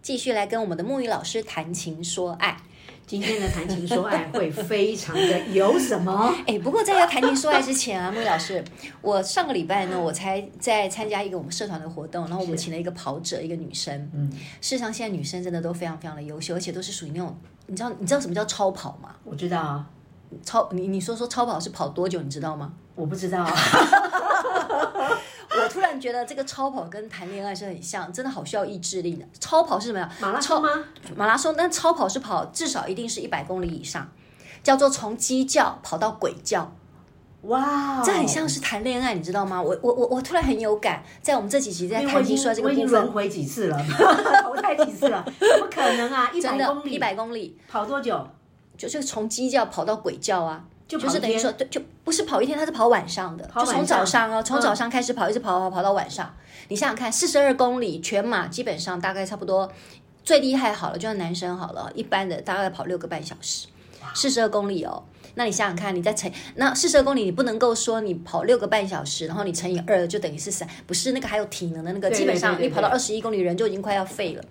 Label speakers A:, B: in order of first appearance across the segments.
A: 继续来跟我们的木鱼老师谈情说爱。
B: 今天的谈情说爱会非常的有什么？
A: 哎，不过在要谈情说爱之前啊，木鱼老师，我上个礼拜呢，我才在参加一个我们社团的活动，然后我们请了一个跑者，一个女生。
B: 嗯，
A: 事实上，现在女生真的都非常非常的优秀，而且都是属于那种，你知道你知道什么叫超跑吗？
B: 我知道啊，
A: 超你你说说超跑是跑多久，你知道吗？
B: 我不知道啊，
A: 我突然觉得这个超跑跟谈恋爱是很像，真的好需要意志力的。超跑是什么呀？
B: 马拉松吗？
A: 马拉松，但超跑是跑至少一定是一百公里以上，叫做从鸡叫跑到鬼叫，
B: 哇哦，
A: 这很像是谈恋爱，你知道吗？我我我我突然很有感，在我们这几集在
B: 因为我
A: 谈
B: 已
A: 情
B: 经
A: 说爱这
B: 我
A: 个
B: 已
A: 部
B: 经轮
A: 分，
B: 回几次了， 淘汰几次了，怎么可能啊？一
A: 真
B: 百
A: 的
B: 公，
A: 一
B: 里
A: 百公里
B: 跑多久？
A: 就就从鸡叫跑到鬼叫啊，
B: 就
A: 就是
B: 跑一
A: 等于
B: 天
A: 说，对，就不是跑一天，它是跑晚上的，
B: 跑
A: 就
B: 晚
A: 从早上哦，
B: 上嗯
A: 从早上开始跑，一直跑跑跑到晚上。你想想看，四十二公里全马，基本上大概差不多，最厉害好了，就像男生好了，一般的大概跑六个半小时，四十二公里哦。那你想想看，你再乘那四十二公里，你不能够说你跑六个半小时，然后你乘以二就等于是三，不是那个还有体能的那个，
B: 对
A: 基本上
B: 对对
A: 你
B: 对
A: 跑到二十一公里人就已经快要废了。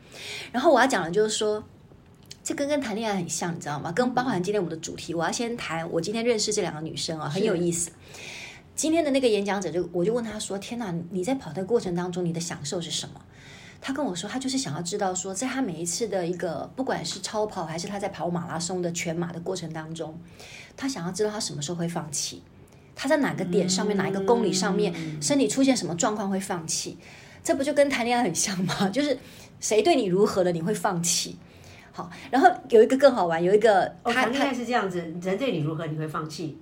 A: 然后我要讲的就是说，这跟跟谈恋爱很像，你知道吗？跟包含今天我们的主题，我要先谈我今天认识这两个女生啊，很有意思。今天的那个演讲者就我就问他说：“天哪，你你在跑的过程当中，你的享受是什么？”他跟我说，他就是想要知道说，在他每一次的一个不管是超跑还是他在跑马拉松的全马的过程当中，他想要知道他什么时候会放弃，他在哪个点上面、哪一个公里上面，
B: 嗯
A: 身体出现什么状况会放弃，这不就跟谈恋爱很像吗？ 就是谁对你如何了，你会放弃。好，然后有一个更好玩，有一个他
B: 哦，谈恋
A: 他
B: 爱是这样子，人对你如何，你会放弃？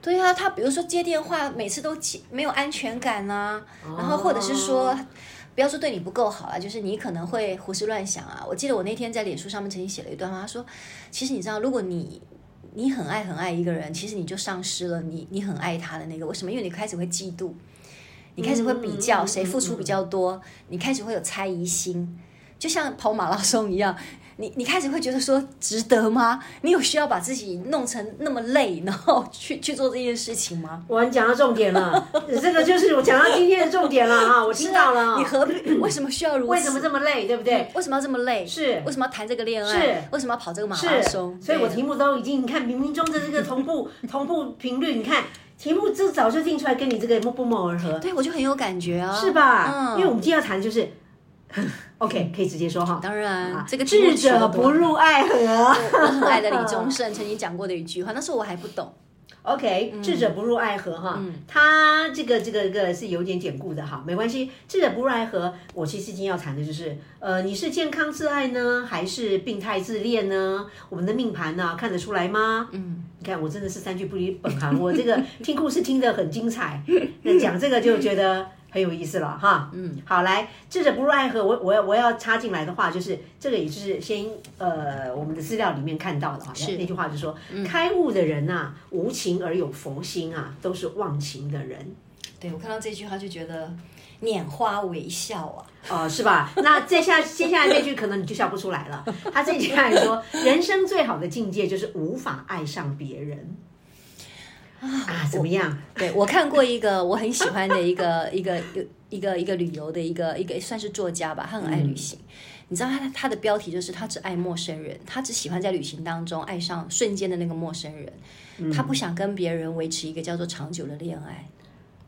A: 对啊，他比如说接电话，每次都接没有安全感啊，然后或者是说
B: 哦，
A: 不要说对你不够好啊，就是你可能会胡思乱想啊。我记得我那天在脸书上面曾经写了一段话，他说，其实你知道，如果你你很爱很爱一个人，其实你就丧失了你你很爱他的那个为什么？因为你开始会嫉妒，你开始会比较
B: 嗯
A: 谁付出比较多，你开始会有猜疑心，就像跑马拉松一样。你你开始会觉得说值得吗？你有需要把自己弄成那么累，然后去去做这件事情吗？
B: 我讲到重点 了，这个就是我讲到今天的重点了啊！我听到了，
A: 你何必为什么需要如此？
B: 为什么这么累，对不对？
A: 为什么要这么累？
B: 是
A: 为什么要谈这个恋爱？
B: 是
A: 为什么要跑这个马拉
B: 是，
A: 嗯松？
B: 所以我
A: 对
B: 题目都已经，你看冥冥中的这个同步 同步频率，你看题目这早就定出来，跟你这个不谋而合，
A: 哎对我就很有感觉啊，
B: 是吧？
A: 嗯，
B: 因为我们今天要谈的就是 ，OK，可以直接说哈。
A: 当然、
B: 啊
A: 这个题目
B: 智
A: 取得哦
B: 者
A: 多
B: 不入爱河。
A: 我很爱的李宗盛曾经讲过的一句话，那时候我还不懂。
B: OK，智
A: 嗯
B: 者不入爱河哈，他这个这个这个是有点典故的哈，没关系。智者不入爱河，我其实今天要谈的就是，呃，你是健康自爱呢，还是病态自恋呢？我们的命盘呢、看得出来吗？嗯，你看我真的是三句不离本行，我这个听故事听得很精彩，那讲这个就觉得。很有意思了哈，嗯，好来，智者不入爱河，我我要我要插进来的话就是，这个也就是先呃我们的资料里面看到的哈，那句话就说，开悟的人呐、无情而有佛心啊，都是忘情的人
A: 对我看到这句话就觉得拈花微笑啊，
B: 哦、是吧？那接下接下来那句可能你就笑不出来了，他这句话说，人生最好的境界就是无法爱上别人啊，怎么样？
A: 对我看过一个我很喜欢的一个一个一个一个一个旅游的一个一个算是作家吧，他很爱旅行。你知道他的他的标题就是他只爱陌生人，他只喜欢在旅行当中爱上瞬间的那个陌生人，他不想跟别人维持一个叫做长久的恋爱，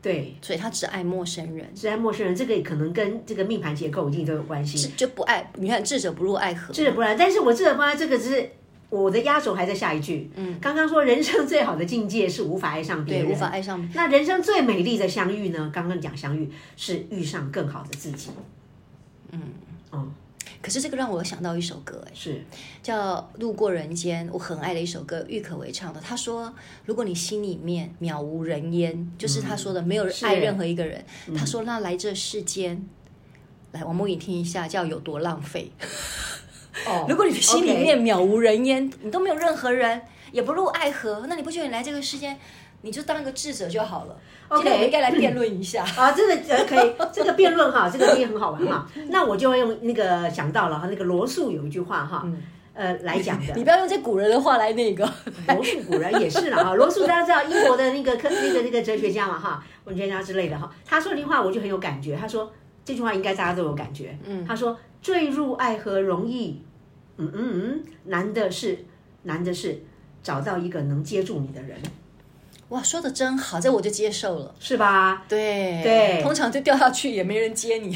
B: 对，
A: 所以他只爱陌生人，
B: 只爱陌生人，这个可能跟这个命盘结构一定都有关系。
A: 就就不爱。你看智者不入爱河，
B: 智者不然，但是我智者不然这个只是我的压轴还在下一句。嗯，刚刚说人生最好的境界是无法爱上别
A: 对
B: 人，
A: 无法爱上。
B: 那人生最美丽的相遇呢？刚刚讲相遇是遇上更好的自己，
A: 可是这个让我想到一首歌，哎，
B: 是
A: 叫《路过人间》，我很爱的一首歌，郁可唯唱的。他说：“如果你心里面渺无人烟，就是他说的没有人
B: 嗯是嗯
A: 爱任何一个人。他说：“那来这世间，来，我们给你听一下，叫有多浪费。
B: 哦
A: 如果你的心里
B: OK
A: 面渺无人烟，你都没有任何人，也不入爱河，那你不觉得你来这个世间，你就当一个智者就好了
B: OK
A: 今天我们应该来辩论一下。
B: 啊，这个呃可以，这个辩论哈，这个也很好玩哈。那我就要用那个想到了哈，那个罗素有一句话哈，
A: 嗯
B: 呃来讲的。
A: 你不要用这古人的话来那个，
B: 哎罗素古人也是了哈，罗素大家知道英国的那个科 那个那个哲学家嘛哈，文学家之类的哈，他说的话我就很有感觉。他说这句话应该大家都有感觉。嗯，他说坠入爱河容易，嗯嗯嗯，难的是难的是找到一个能接住你的人，
A: 哇，说的真好，这我就接受了。
B: 是吧？
A: 对
B: 对
A: 通常就掉下去也没人接你，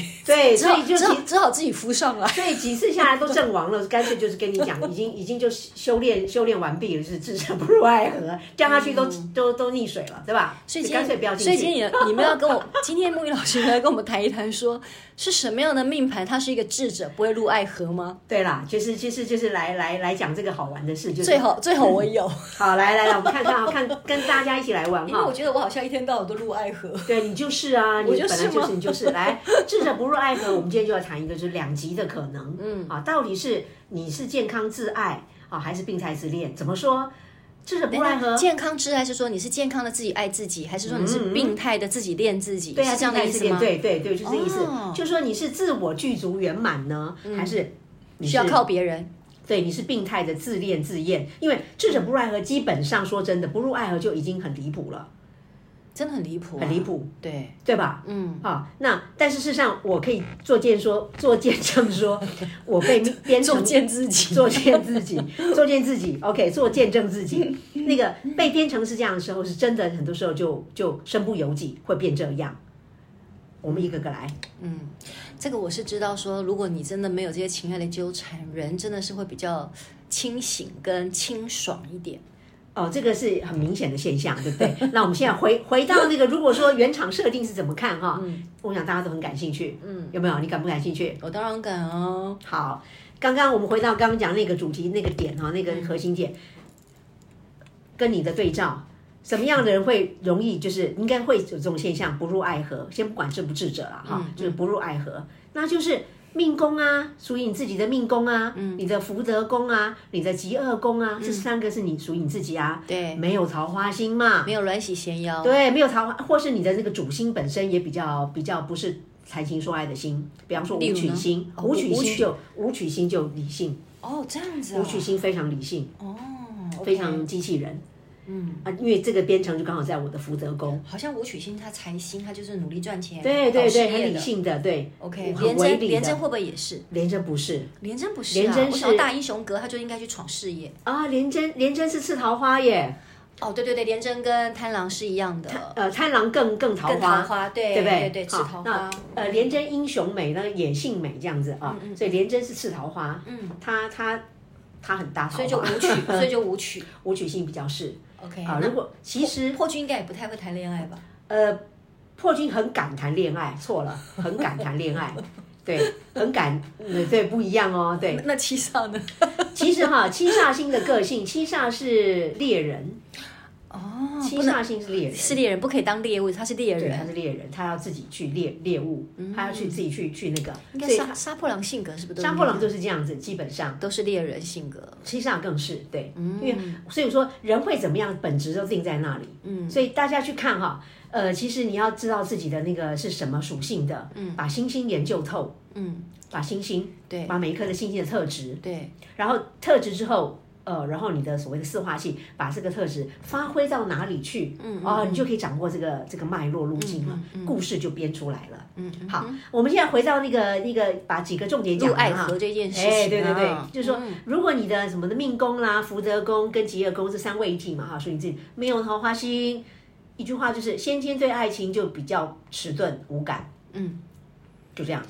B: 对，
A: 只
B: 所
A: 好
B: 以就
A: 只
B: 其
A: 好只好自己浮上来。
B: 所以几次下来都阵亡了，干脆就是跟你讲，已经已经就修炼修炼完毕了，是智者不入爱河，掉下去都、都都溺水了，对
A: 嗯
B: 吧？
A: 所以
B: 就
A: 今天
B: 干脆不要进去。
A: 所以今天你你们要跟我， 今天木鱼老师来跟我们谈一谈说是什么样的命盘，他是一个智者，不会入爱河吗？
B: 对啦，就是就是就是来来来讲这个好玩的事，就是
A: 最好最好我有，
B: 好来来来，我们看看啊，看跟大家一起来玩
A: 因为我
B: 哈。
A: 觉得我好像一天到晚都入爱河。
B: 对你就是啊，
A: 我
B: 你本
A: 就
B: 来
A: 是
B: 就
A: 吗
B: 是你就是来智者不入爱河。我们今天就要谈一个就是两极的可能，嗯啊，到底是你是健康自爱啊，还是病态自恋？怎么说？智者不入爱河，
A: 健康之爱是说你是健康的自己爱自己，还是说你是病态的自己恋自己？
B: 对啊，
A: 是这样的意思吗？
B: 对对对，就是这意思。
A: 哦嗯
B: 就说你是自我具足圆满呢，还是你是
A: 需要靠别人。
B: 对你是病态的自恋自厌？因为智者不入爱河，基本上说真的，不入爱河就已经很离谱了，
A: 真的很离谱、
B: 很离。谱，
A: 对，
B: 对吧？
A: 嗯，
B: 啊，那但是事实上，我可以做见说，做见证说， 我被编
A: 作
B: 程
A: 践自己。
B: 作践自己，作践自己，OK，做见证自己。那个被编程是这样的时候，是真的，很多时候就就身不由己，会变这样。我们一个个来，
A: 这个我是知道说，如果你真的没有这些情爱的纠缠，人真的是会比较清醒跟清爽一点。
B: 哦，这个是很明显的现象，对不对？那我们现在回回到那个，如果说原厂设定是怎么看哈、我想大家都很感兴趣，嗯，有没有？你感不感兴趣？
A: 我当然敢哦，
B: 好，刚刚我们回到刚刚讲那个主题那个点哈、那个核心点，跟你的对照，什么样的人会容易就是应该会有这种现象不入爱河？先不管智不智者啦哈、就是不入爱河，那就是。命宫啊，属于你自己的命宫啊，你的福德宫啊，你的极恶宫啊，这三个是你属于你自己啊，
A: 对
B: 没有桃花心嘛，
A: 没有软喜闲腰。
B: 对，没有桃花，或是你的那个主心本身也比较比较不是谈情说爱的心，比方说武
A: 例如呢
B: 曲星，
A: 哦
B: 武曲
A: 武
B: 星
A: 曲
B: 就武曲星就理性，
A: 哦，这样子、啊。
B: 武曲星非常理性，
A: 哦，
B: 非常机器人。嗯啊，因为这个编程就刚好在我的福德宫，
A: 好像武曲星他财星，他就是努力赚钱，
B: 对对
A: 哦搞事
B: 对，
A: 业
B: 很理
A: 的。
B: 性的，对
A: OK，
B: 很
A: 廉
B: 唯
A: 贞
B: 理
A: 廉贞
B: 的。
A: 会不会也是？
B: 连贞不是
A: 廉贞不是、啊，
B: 廉
A: 我
B: 贞
A: 想到
B: 是
A: 大英雄格，他就应该去闯事业。
B: 啊，连贞连贞是刺桃花耶，
A: 哦，对对对，廉贞跟贪狼是一样的，
B: 呃，贪狼更更桃
A: 更
B: 花，
A: 桃花，对
B: 对不
A: 对
B: 对？
A: 对，吃桃
B: 好那
A: 花。
B: 呃，廉贞英雄美呢，也姓美这样子啊，
A: 嗯
B: 所以廉贞是刺桃花，嗯，他他他很呃大桃花，
A: 所以就武曲，所以就武曲。
B: 武曲星比较是
A: OK，
B: 啊。
A: 那
B: 如果其实
A: 破军应该也不太会谈恋爱吧？
B: 呃，破军很敢谈恋爱，错了，很敢谈恋爱， 对，很敢，嗯对，不一样哦，对。
A: 那七煞呢？
B: 其实哈，七煞星的个性，七煞是猎人，
A: 哦，
B: 七煞星是猎 人，
A: 是猎人，不可以当猎物，他是猎
B: 对，他
A: 人，嗯
B: 是猎人，他要自己去猎猎物，他要去自己去去那个，
A: 应该
B: 所以
A: 杀杀破狼性格是不是都是那
B: 杀
A: 样？
B: 破狼就是这样子，基本上。
A: 都是猎人性格。
B: 七煞更是对，
A: 嗯
B: 因为所以说人会怎么样，本质都定在那里。嗯，所以大家去看哈，呃，其实你要知道自己的那个是什么属性的，嗯，把星星研究透，
A: 嗯，
B: 把星星，
A: 对
B: 把每一颗的星星的特质，
A: 对，
B: 然后特质之后。呃，然后你的所谓的四化系，把这个特质发挥到哪里去，嗯，哦，你就可以掌握这个这个脉络路
A: 嗯
B: 径了，故事就编出来了。嗯，好，我们现在回到那个那个，把几个重点讲
A: 入
B: 完
A: 爱
B: 哈
A: 河这件事情、啊
B: 哎，对对对，就是说，如果你的什么的命宫啦、福德宫跟吉厄宫这三位一体嘛，哈，所以你自己没有桃花心，一句话就是先天对爱情就比较迟钝无感，
A: 嗯，
B: 就这样。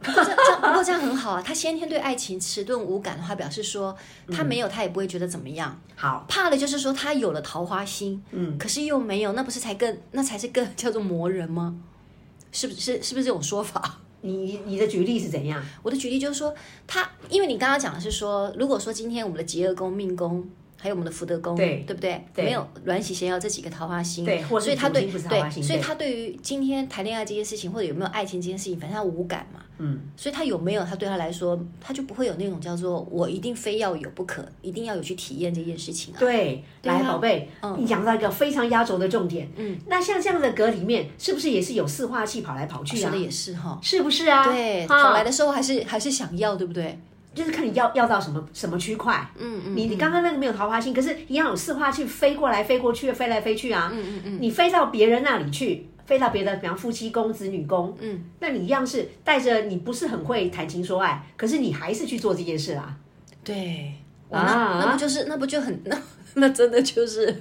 A: 不过这样这样，不过这样很好啊。他先天对爱情迟钝无感的话，表示说他没有，他也不会觉得怎么样。
B: 好，
A: 怕的就是说他有了桃花心，嗯，可是又没有，那不是才更，那才是更 叫做磨人吗？是不是是不是这种说法？
B: 你你你的举例是怎样？
A: 我的举例就是说，他因为你刚刚讲的是说，如果说今天我们的极恶宫、命宫，还有我们的福德宫，
B: 对
A: 对不对？
B: 对
A: 没有鸾喜闲腰这几个桃花心，
B: 对或者是
A: 所以他对
B: 主星不是桃花心
A: 所以
B: 对
A: 他对于今天谈恋爱这件事情，或者有没有爱情这件事情，反正他无感嘛。
B: 嗯，
A: 所以他有没有，他对他来说，他就不会有那种叫做我一定非要有不可，一定要有去体验这件事情啊。嗯
B: 对，来宝贝，你讲到一个非常压轴的重点，嗯，那像这样的格里面，是不是也是有四化气跑来跑去
A: 说
B: 啊
A: 的？也是哈，
B: 是不是啊？
A: 对，
B: 哈
A: 跑来的时候还是还是想要，对不对？
B: 就是看你要要到什么什么区块。嗯嗯，你你刚刚那个没有桃花心，可是一样有四化气飞过来飞过去，飞来飞去啊。嗯嗯嗯，你飞到别人那里去。飞到别的，比方夫妻宫、子女宫，嗯，那你一样是带着你不是很会谈情说爱，可是你还是去做这件事啊啦。
A: 对，哇
B: 啊
A: 那那不就是那不就很 那那真的就是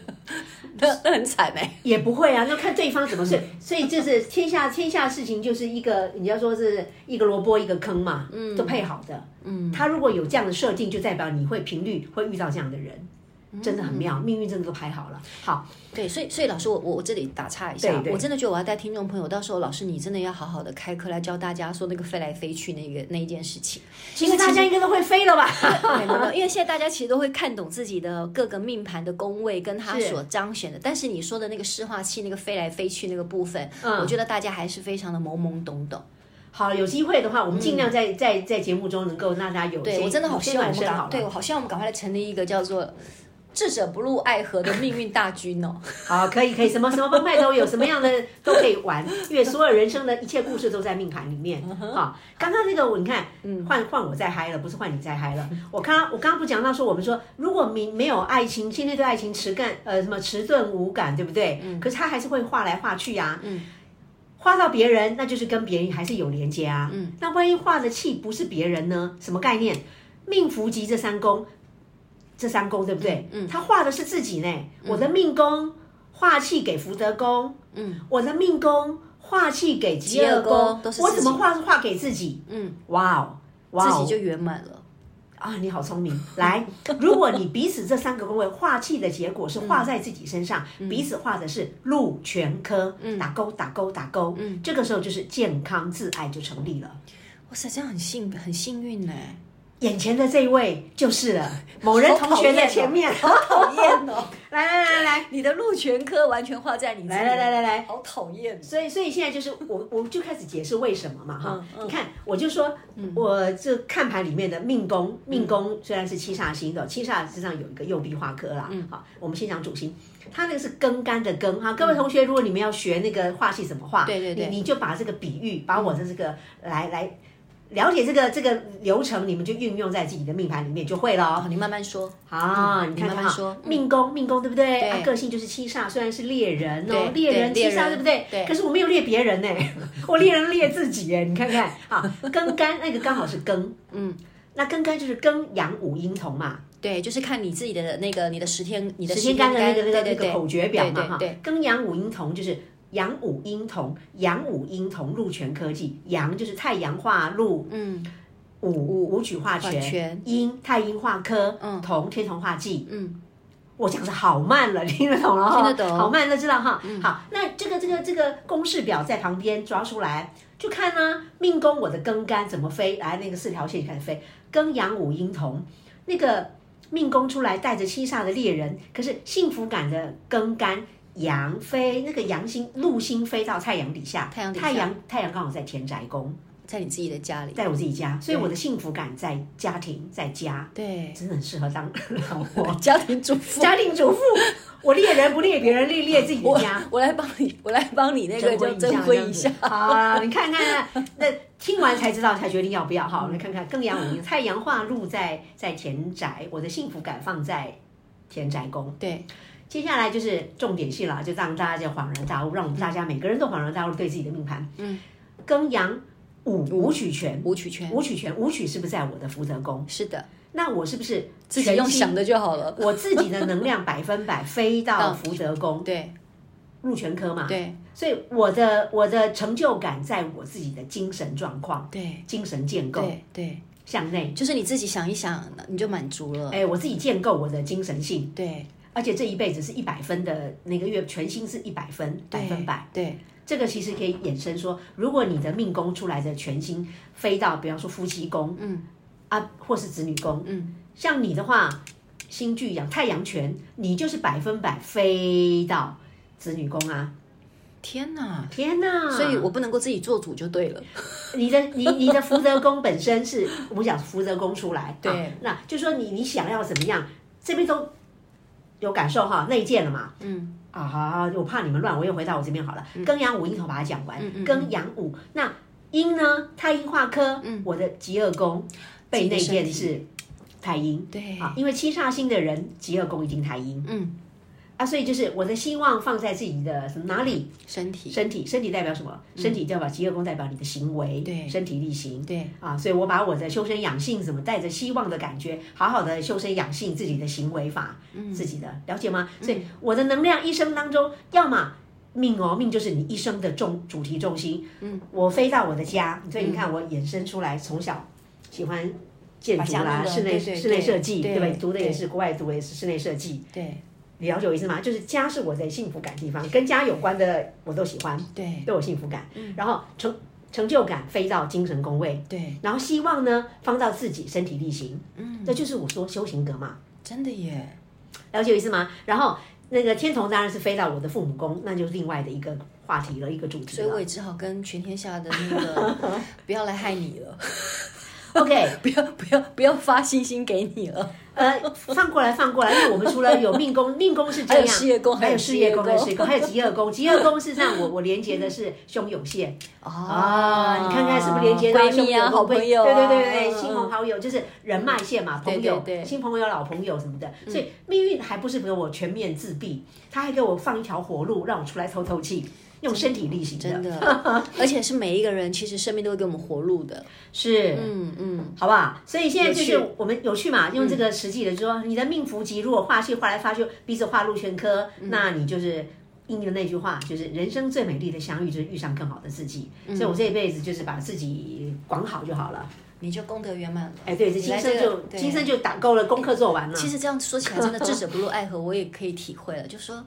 A: 那那很惨哎、
B: 也不会啊，那看对方怎么睡。 所以就是天下天下事情就是一个，你要说是一个萝卜一个坑嘛，嗯，都配好的，嗯，他如果有这样的设定，就代表你会频率会遇到这样的人，真的很妙，命运真的都排好了。好，
A: 对，所以所以老师，我我我这里打岔一下，
B: 对对
A: 我真的觉得我要带听众朋友，到时候老师你真的要好好的开课来教大家说那个飞来飞去那个那一件事情，
B: 其实大家应该都会飞了吧？
A: 对，没有，因为现在大家其实都会看懂自己的各个命盘的宫位跟它
B: 是
A: 所彰显的，但是你说的那个湿化气那个飞来飞去那个部分，我觉得大家还是非常的懵懵懂懂。
B: 好，有机会的话，我们尽量在、在在节目中能够让大家有
A: 对
B: 些
A: 我真的好
B: 有些
A: 希望我
B: 暖
A: 们
B: 身
A: 赶，
B: 好了
A: 对我好希望我们赶快来成立一个叫做“智者不入爱河”的命运大军 哦。
B: 好，可以可以，什么什么帮派都有，什么样的都可以 玩，因为所有人生的一切故事都在命盘里面。好，刚刚那个我你看，换换我在嗨了，不是换你在嗨了。我刚我刚刚不讲到说，我们说如果你没有爱情，现在对爱情迟感呃什么迟钝无感，对不对？可是他还是会画来画去呀、啊。画到别人，那就是跟别人还是有连接啊。嗯，那万一画的气不是别人呢？什么概念？命福吉这三宫，这三宫对不对？嗯，他画的是自己呢。我的命宫化气给福德宫，嗯，我的命宫化气给极
A: 极
B: 恶
A: 恶宫
B: 宫，
A: 都是
B: 我
A: 自己
B: 怎么画是画给自己？嗯，哇哦，哇
A: 自
B: 哦
A: 己就圆满了。
B: 啊，你好聪明！ 来，如果你彼此这三个宫位化气的结果是化在自己身上，
A: 嗯
B: 彼此化的是禄全科，打勾打勾打勾，
A: 嗯
B: 这个时候就是健康自爱就成立了。
A: 哇塞，这样很幸很幸运呢、
B: 眼前的这一位就是了，某人同学在前面，
A: 好讨厌哦！
B: 来来来来来，
A: 你的鹿泉科完全画在你
B: 来来来来来
A: 好讨厌。哦
B: 所以，所以现在就是我，我就开始解释为什么嘛，哈、
A: 嗯嗯嗯
B: 你看，我就说，我这看盘里面的命宫，命宫虽然是七煞星的，七煞之上有一个右臂化科啦，嗯，好，我们先讲主星，它那个是庚干的庚哈，各位同学，如果你们要学那个化系怎么
A: 嗯
B: 画，
A: 对对对嗯
B: 你你就把这个比喻，把我的这个、来来了解这个这个流程，你们就运用在自己的命盘里面就会了哦。
A: 好，你慢慢说。
B: 啊，你
A: 嗯
B: 看
A: 你慢
B: 看
A: 慢
B: 哈
A: 说嗯
B: 命宫命宫对不对？
A: 对
B: 啊，个性就是七煞，虽然是猎人
A: 对
B: 哦，猎人
A: 对
B: 七
A: 猎人
B: 煞对不对？
A: 对
B: 可是我没有猎别人呢， 我猎人猎自己耶，你看看啊，庚干那个刚好是庚，嗯，那庚干就是庚阳五阴同嘛，
A: 对，就是看你自己的那个你的十天嗯你的
B: 啊十天干的那
A: 干
B: 个那个
A: 对
B: 那
A: 对
B: 个
A: 对
B: 口诀表嘛
A: 对
B: 哈
A: 对对，
B: 庚阳五阴同就是。阳五阴同，阳五阴同，禄全科技。阳就是太阳化禄，
A: 嗯，
B: 五五曲化
A: 化
B: 权，
A: 权
B: 阴太阴化科，
A: 嗯
B: 同天同化忌，
A: 嗯，
B: 我讲的好慢了， 听得懂了哈，
A: 听得懂嗯
B: 好慢都知道哈。好，那这个这个这个公式表在旁边抓出来，就看呢、命宫我的庚干怎么飞，来那个四条线就开始飞，庚阳五阴同，那个命宫出来带着七煞的猎人，可是幸福感的庚干。羊飞，那个羊星、禄星飞到太阳底下，
A: 太阳底下
B: 太阳太阳刚好在田宅宫，
A: 在你自己的家里。
B: 在我自己家，所以我的幸福感在家庭，在家，
A: 对，
B: 真的很适合当老婆。
A: 哦家庭主妇。
B: 家 庭主妇，我猎人不猎别人，猎猎自己的
A: 我
B: 家。
A: 我来帮你，我来帮你那个就征婚一下。
B: 啊！你看看那那听完才知道，才决定要不要哈。我们看看更阳五太阳化禄在在田宅，我的幸福感放在田宅宫。
A: 对，
B: 接下来就是重点戏了，就让大家就恍然大悟，让我们大家每个人都恍然大悟，对自己的命盘。嗯，庚阳五五曲权，哦
A: 舞曲圈
B: 五曲权，五曲是不是在我的福德宫？
A: 是的，
B: 那我是不是
A: 自己用
B: 全心
A: 想的就好 了。
B: 我自己的能量百分百飞到
A: 到
B: 福德宫
A: 对
B: 入全科嘛？
A: 对
B: 所以我的我的成就感在我自己的精神状况、
A: 对
B: 精神建构
A: 对对，
B: 向内。
A: 就是你自己想一想，你就满足了。
B: 哎，我自己建构我的精神性，
A: 对，
B: 而且这一辈子是一百分的那个月全心是一百
A: 嗯
B: 分，百分百。
A: 对
B: 这个其实可以衍生说，如果你的命宫出来的全星飞到，比方说夫妻宫，嗯，啊，或是子女宫，嗯，像你的话，星巨阳太阳权，你就是百分百飞到子女宫啊，
A: 天哪！
B: 天哪！
A: 所以我不能够自己做主就对了。
B: 你的你你的福德宫本身是 我们讲福德宫出来，
A: 对
B: 啊那就说你你想要怎么样，这边都有感受哈，内建了嘛，嗯。啊哈！我怕你们乱，我又回到我这边好了。
A: 嗯
B: 庚阳五阴头把它讲完，庚阳五那阴呢？太阴化科，
A: 嗯
B: 我的极恶宫被内
A: 身
B: 建
A: 体
B: 是太阴，
A: 嗯对
B: 啊，因为七煞星的人极恶宫一定太阴，
A: 嗯，
B: 啊，所以就是我的希望放在自己的什么哪里，
A: 身体嗯
B: 身体，身体代表什么？身体代表极恶宫，代表你的行为，
A: 对
B: 身体力行，
A: 对
B: 啊，所以我把我的修身养性，怎么带着希望的感觉，好好的修身养性自己的行为法，
A: 嗯
B: 自己的了解吗？所以我的能量一生当中，要么。命哦，命就是你一生的重主题重心。嗯，我飞到我的家，所
A: 嗯
B: 以你看我衍生出来，从小喜欢建筑
A: 把家
B: 啦
A: 弄，得
B: 室内
A: 对对
B: 室内设计，
A: 对
B: 对吧？读的也
A: 对
B: 是，国外读的也是室内设计。
A: 对
B: 你了解我意思吗？就是家是我的幸福感地方，跟家有关的我都喜欢。
A: 对嗯
B: 都有幸福感，然后成成就感飞到精神宫位，
A: 对，
B: 然后希望呢放到自己身体力行，嗯，这就是我说修行格嘛，
A: 真的耶，
B: 了解我意思吗？然后那个天童当然是飞到我的父母宫，那就是另外的一个话题了，一个主题
A: 所以我
B: 了。
A: 也只好跟全天下的那 个不要来害你了，
B: OK，
A: 不要不要不要发星星给你了，
B: 呃，放过来，放过来，因为我们除了有 命宫，命宫是这
A: 还有
B: 样，
A: 事业宫
B: 还有事业宫，
A: 还
B: 还有
A: 有
B: 事业宫，还有极恶宫，极恶宫是让我我连接的是胸有线，啊，你看看是不是连接到
A: 闺蜜啊、
B: 兄弟
A: 好朋友啊，
B: 对对对
A: 嗯
B: 对，亲朋，好友就是人脉线嘛，
A: 对
B: 朋友
A: 对对、嗯
B: 新朋友、老朋友什么的。所以命运还不是给我全面自闭，他还给我放一条活路，让我出来透透气，用身体力行
A: 真
B: 的，
A: 的，而且是每一个人其实生命都会给我们活路的，
B: 是。
A: 嗯嗯，
B: 好不好？所以现在就
A: 有
B: 是
A: 趣嗯
B: 我们有趣嘛，用这个实际的，就说你的命福吉，如果画去画来发去，彼此画入全科，
A: 嗯
B: 那你就是应了那句话，就是人生最美丽的相遇就是遇上更好的自己。
A: 嗯
B: 所以我这一辈子就是把自己管好就好了。
A: 你就功德圆满了，
B: 哎，对，这
A: 你
B: 今
A: 来
B: 生
A: 这
B: 就
A: 个对
B: 今生就打够了，功课做完了。
A: 其实这样说起来，真的智者不入爱河，我也可以体会了。就说，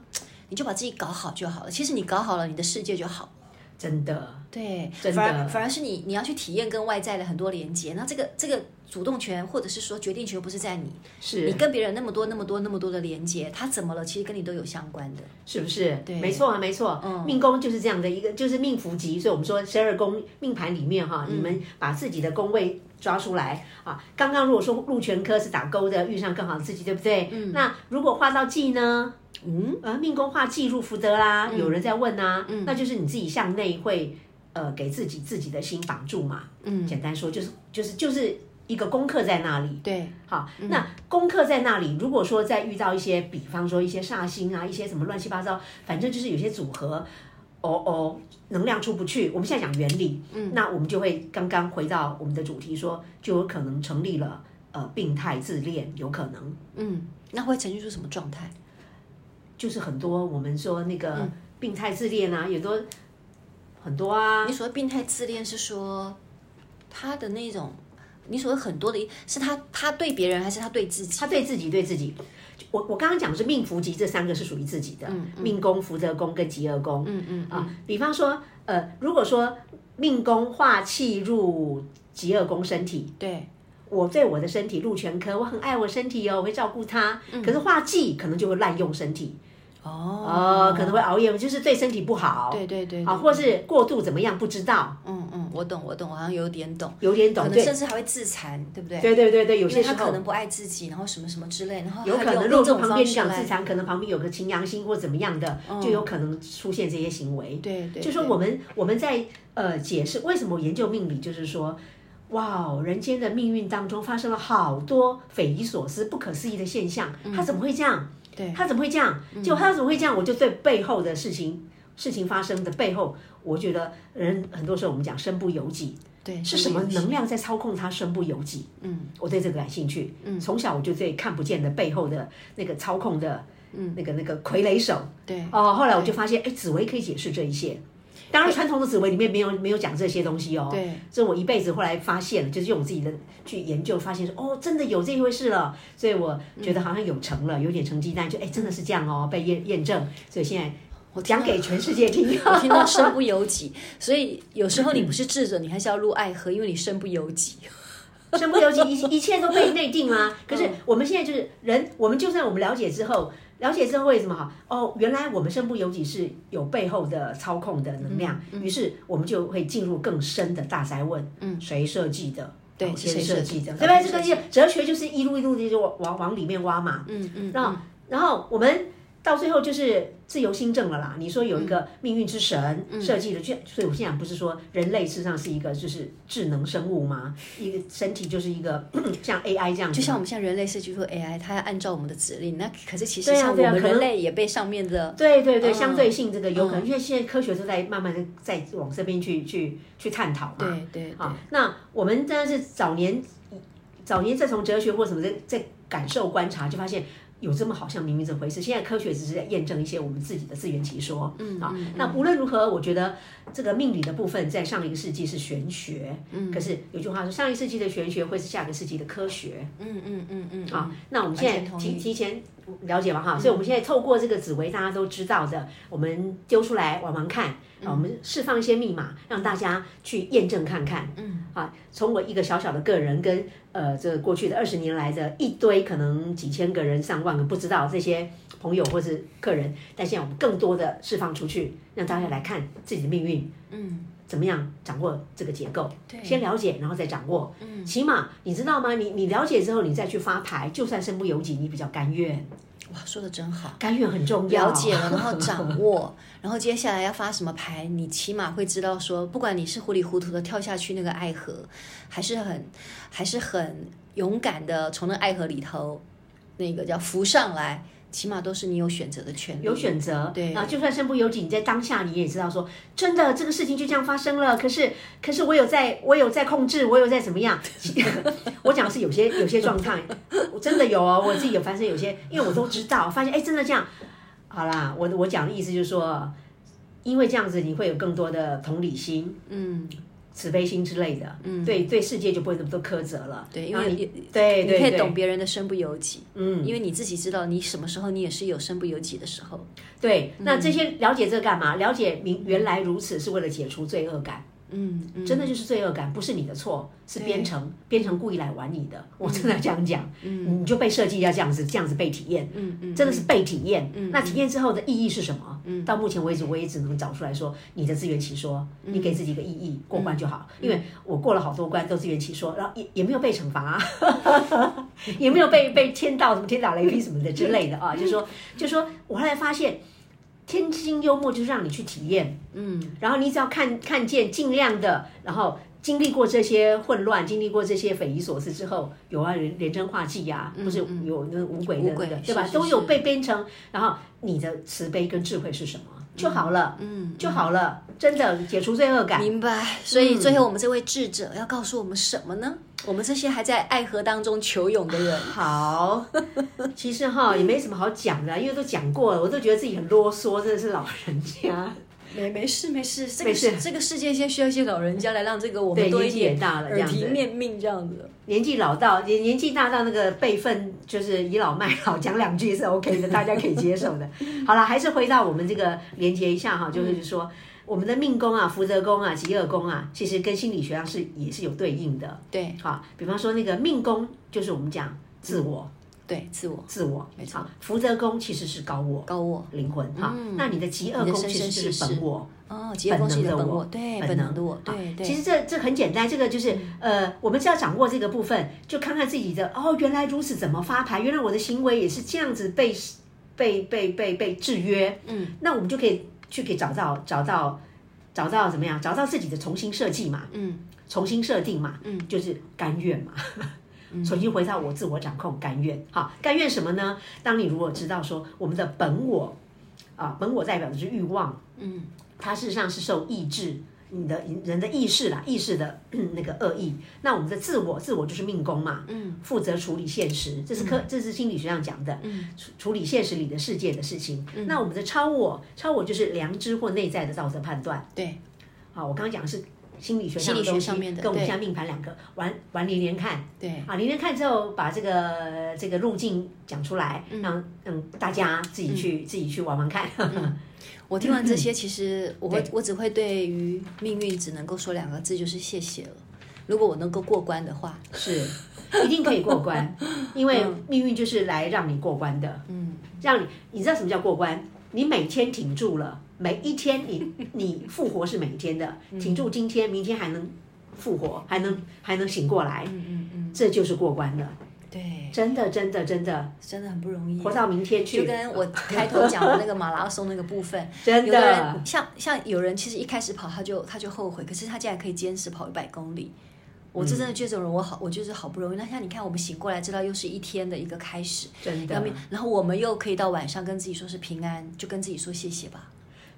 A: 你就把自己搞好就好了。其实你搞好了，你的世界就好了。
B: 真的，
A: 对，
B: 真的
A: 反而反而是你你要去体验跟外在的很多连接。那这个这个主动权或者是说决定权又不是在你，
B: 是
A: 你跟别人那么多那么多那么多的连接，他怎么了？其实跟你都有相关的。
B: 是不是？
A: 对嗯
B: 没错啊，没错。命宫就是这样的一个，就是命福吉，所以我们说十二宫命盘里面哈，
A: 嗯
B: 你们把自己的宫位抓出来啊。刚刚如果说禄全科是打勾的，遇上更好的自己，对不对？
A: 嗯
B: 那如果画到忌呢？嗯，呃，命宫画忌入福德啦，
A: 嗯
B: 有人在问啊，那就是你自己向内会呃给自己自己的心绑住嘛。嗯，简单说就是就是就是一个功课在那里。
A: 对，
B: 好，那功课在那里。如果说再遇到一些，比方说一些煞星啊，一些什么乱七八糟，反正就是有些组合，哦哦，能量出不去。我们现在讲原理，嗯，那我们就会刚刚回到我们的主题说就有可能成立了呃病态自恋，有可能
A: 嗯，那会呈现出什么状态？
B: 就是很多我们说那个病态自恋啊，有多很多啊
A: 你，所谓病态自恋是说他的那种，你所谓很多的，是他他对别人还是他对自己？
B: 他对自己对自己。我我刚刚讲的是命福吉这三个是属于自己的，
A: 嗯
B: 命宫、福德宫跟吉厄宫。嗯嗯啊，比方说，呃，如果说命宫化气入吉厄宫身体，
A: 对，
B: 我对我的身体入全科，我很爱我身体哦，我会照顾它。
A: 嗯
B: 可是化忌可能就会滥用身体，
A: 哦
B: 哦、可能会熬夜，就是对身体不好。
A: 对对对，
B: 啊，
A: 对
B: 或是过度怎么样不知道，
A: 嗯嗯，我懂我懂，我好像有点懂，
B: 有点
A: 可
B: 懂
A: 能
B: 对。
A: 甚至还会自残，对不对？
B: 对对对对，有
A: 因
B: 些
A: 为
B: 时
A: 他可
B: 候
A: 能不爱自己，然后什么什么之类，然后
B: 有
A: 哦他
B: 可
A: 用
B: 能，如果
A: 用
B: 说
A: 这种
B: 旁
A: 方
B: 边
A: 式
B: 讲
A: 来嗯
B: 自，残，可能旁边有个擎羊星或怎么样的，就有可能出现这些行为。
A: 对对，
B: 就说
A: 对
B: 我们我们在呃解释为什么研究命理，就是说，哇哦，人间的命运当中发生了好多匪夷所思、不可思议的现象，他怎么会这样？
A: 嗯对嗯
B: 他怎么会这样？就他怎么会这样？我就对背后的事情。事情发生的背后，我觉得人很多时候我们讲身不由己，
A: 对
B: 是什么
A: 有
B: 能量在操控他身不由己？嗯，我对这个感兴趣。嗯，从小我就对看不见的背后的那个操控的，嗯，那个那个傀儡手。
A: 对
B: 哦，后来我就发现，哎，紫薇可以解释这一切。当然，传统的紫薇里面没有没有讲这些东西哦。
A: 对，
B: 所以我一辈子后来发现了，就是用我自己的去研究，发现说哦，真的有这一回事了。所以我觉得好像有成了，有点成绩单，就哎，真的是这样哦，被验验证。所以现在我讲给全世界 听。
A: 我听到身不由己， 所以有时候 你不是智者，你还是要入爱河，因为你身不由己。
B: 嗯身不由己，一一切都被内定啦、可是我们现在就是人，我们就算我们了解之后，了解社会什么好？哦，原来我们身不由己是有背后的操控的能量，于是我们就会进入更深的大灾问。嗯，谁设计的？对
A: 是
B: 谁
A: 谁
B: 设
A: 设
B: 计
A: 计
B: 的？
A: 的
B: 对吧？这
A: 谁
B: 个
A: 设计
B: 就哲学就是一路一路的就往往往里面挖嘛。
A: 嗯嗯，
B: 那、然后我们到最后就是自由新政了啦。你说有一
A: 嗯
B: 个命运之神设计的，就、所以我现在不是说人类事实上是一个就是智能生物吗？一个身体就是一个 像 AI 这样子，
A: 就像我们现在人类是去说 AI，它要按照我们的指令，那可是其实
B: 对啊
A: 像我
B: 对啊
A: 们
B: 可能啊
A: 人类也被上面的
B: 对对对，
A: 嗯
B: 相对性这个有可能，因为现在科学都在慢慢的在往这边去去去探讨嘛。
A: 对对对
B: 啊，那我们当然是早年早年再从哲学或什么的在感受观察，就发现有这么好像明明这回事。现在科学只是在验证一些我们自己的自圆其说。嗯啊，那无论如何，我觉得这个命理的部分在上一个世纪是玄学，嗯，可是有句话说，上一世纪的玄学会是下个世纪的科学。
A: 嗯嗯嗯嗯
B: 啊，那我们
A: 完
B: 现
A: 全
B: 在
A: 同
B: 提
A: 意嗯
B: 提前了解嘛哈，所以我们现在透过这个紫薇大家都知道的，我们丢出来玩玩看，啊，我
A: 嗯
B: 们释放一些密码，让大家去验证看看。嗯，啊，从我一个小小的个人跟呃这过去的二十年来的一堆可能几千个人、上万个不知道这些朋友或是客人，但现在我们更多的释放出去，让大家来看自己的命运。
A: 嗯，
B: 怎么样掌握这个结构？
A: 对
B: 先了解，然后再掌握。嗯，起码你知道吗？你你了解之后，你再去发牌，就算身不由己，你比较甘愿，
A: 哇，说的真好。
B: 甘愿很重要。
A: 了解了，然后掌 握，然后接下来要发什么牌，你起码会知道说，不管你是糊里糊涂的跳下去那个爱河，还是很还是很勇敢的从那爱河里头那个叫浮上来，起码都是你有选择的权利。
B: 有选择，
A: 对
B: 然后就算身不由己，你在当下你也知道说，真的这个事情就这样发生了。可是，可是我有在，我有在控制，我有在怎么样？ 我讲的是有些有些状态，我真的有哦，我自己有发生有些，因为我都知道，发现哎，真的这样。好啦，我我讲的意思就是说，因为这样子你会有更多的同理心，
A: 嗯，
B: 慈悲心之类的，嗯，对对，世界就不会那么多苛责了。
A: 对，因
B: 然后
A: 为
B: 你
A: 你
B: 对
A: 你可
B: 对
A: 以懂
B: 对，
A: 别人的身不由己，
B: 嗯，
A: 因为你自己知道你什么时候你也是有身不由己的时候。
B: 对，那这些了解这干嘛？了解明原来如此是为了解除罪恶感，
A: 嗯，嗯
B: 真的就是罪恶感，不是你的错，是编程编程故意来玩你的。我真的这样讲，嗯嗯，你就被设计要这样子，这样子被体验，嗯嗯，真的是被体验。那体验之后的意义是什么？嗯，到目前为止我也只能找出来说，你的自圆其说，你给自己一个意义过关就好，因为我过了好多关都自圆其说，然后也也没有被惩罚啊。 也没有被被天道什么天打雷劈什么的之类的啊，就说就说我后来发现，天津幽默就是让你去体验，嗯，然后你只要看看见，尽量的，然后经历过这些混乱，经历过这些匪夷所思之后，有啊人人真话记呀、啊不是有那个五鬼的
A: 五嗯鬼
B: 那个对吧？
A: 是是
B: 都有
A: 是
B: 被编成，然后你的慈悲跟智慧是什么就好了，
A: 嗯，
B: 就好了，真的解除罪恶感。
A: 明白，所以最后我们这位智者要告诉我们什么呢？我们这些还在爱河当中求泳的人，
B: 好，其实哈也没什么好讲的，啊因为都讲过了，我都觉得自己很啰嗦，真的是老人家，
A: 没没事没事，这
B: 没
A: 个
B: 事
A: 世这个世界先需要一些老人家来让这个我
B: 对，
A: 们多
B: 年
A: 一
B: 纪也
A: 点
B: 大了，这
A: 耳
B: 样
A: 提
B: 子，
A: 面命这样子。
B: 年纪老到年年纪大到那个辈分就是倚老卖老，讲两句是 OK 的，大家可以接 受的。好了，还是回到我们这个连接一
A: 嗯
B: 下哈，就是说。我们的命宫啊、福德宫啊、极恶宫啊，其实跟心理学上是也是有对应的。
A: 对
B: 好，比方说那个命宫就是我们讲自我、
A: 对，自我
B: 自我，
A: 嗯没错
B: 好。福德宫其实是高我，
A: 高我
B: 灵魂哈、那你的极恶
A: 你
B: 宫
A: 的生
B: 其
A: 生
B: 实就是
A: 世世
B: 本我，
A: 哦，极恶宫是你的
B: 本能
A: 本
B: 的我
A: 我，对，
B: 本
A: 本能的我
B: 能，
A: 对
B: 其
A: 对。
B: 实这这很简单，这个就是、呃，我们只要掌握这个部分，就看看自己的哦，原来如此，怎么发牌？原来我的行为也是这样子被被被被被制约，嗯，那我们就可以去可以找到找到找到怎么样？找到自己的重新设计嘛，嗯，重新设定嘛，嗯，就是甘愿嘛。重新回到我自我掌控，甘愿好，甘愿什么呢？当你如果知道说我们的本我啊，本我代表的是欲望，嗯，它事实上是受意志。你的人的意识啦，意识的嗯那个恶意，那我们的自我，自我就是命宫嘛，嗯，负责处理现实，这
A: 嗯
B: 是科，这是心理学上讲的，嗯，处处理现实里的世界的事情。
A: 嗯
B: 那我们的超我，超我就是良知或内在的道德判断。
A: 对，
B: 好，我刚刚讲的是心理学上
A: 心理
B: 的
A: 学
B: 东
A: 上
B: 西，
A: 面的
B: 跟我们
A: 对
B: 现在命盘两个玩玩连连看，
A: 对
B: 啊，连连看之后把这个这个路径讲出来，让嗯大家自己
A: 嗯
B: 去自己去玩玩看。
A: 我听完这些，其实我会我只会对于命运只能够说两个字，就是谢谢了。如果我能够过关的话，
B: 是，一定可以过关，因为命运就是来让你过关的。嗯，让你你知道什么叫过关？你每天停住了，每一天你 你复活是每一天的，
A: 嗯
B: 停住今天，明天还能复活，还能还能醒过来，
A: 嗯嗯，
B: 这就是过关了。
A: 对，
B: 真的，真的，真的，
A: 真的很不容易。
B: 活到明天
A: 嗯
B: 去，
A: 就跟我开头讲的那个马拉松那个部分，
B: 真
A: 有的
B: 的
A: 人像像有人其实一开始跑他就他就后悔，可是他竟然可以坚持跑一百公里。我
B: 嗯
A: 这真的这种人，我好，我就是好不容易。那像你看，我们醒过来，知道又是一天的一个开始，
B: 真
A: 然
B: 的
A: 后，然后我们又可以到晚上跟自己说是平安，就跟自己说谢谢吧。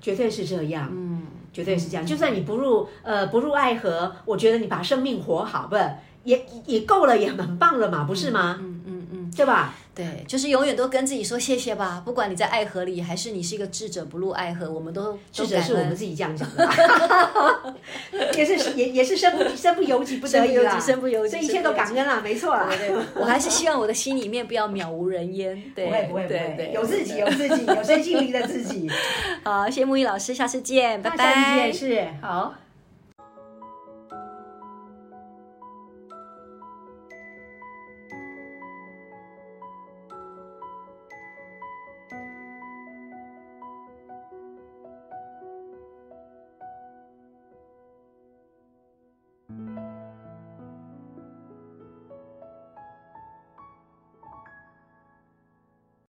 B: 绝对是这样，嗯，绝对是这样。就算你不入呃不入爱河，我觉得你把生命活好不也也够了，也很棒了嘛，不是吗？
A: 嗯嗯嗯，
B: 对吧？
A: 对，就是永远都跟自己说谢谢吧。不管你在爱河里，还是你是一个智者不入爱河，我们都
B: 智
A: 都
B: 者
A: 感
B: 是我们
A: 恩。
B: 自己这样讲的吧， 也是也也是身不身不由己，不得已啦，
A: 身不由己身不由己
B: 所以一切都感恩啦，没错啦。
A: 我还是希望我的心里面不要渺无人烟。对，
B: 不会不会不
A: 对对
B: 会，有自己哦有自 己，有身心灵的自己。
A: 好，谢谢木易老师，下次见，拜
B: 那下
A: 拜。
B: 次见是好。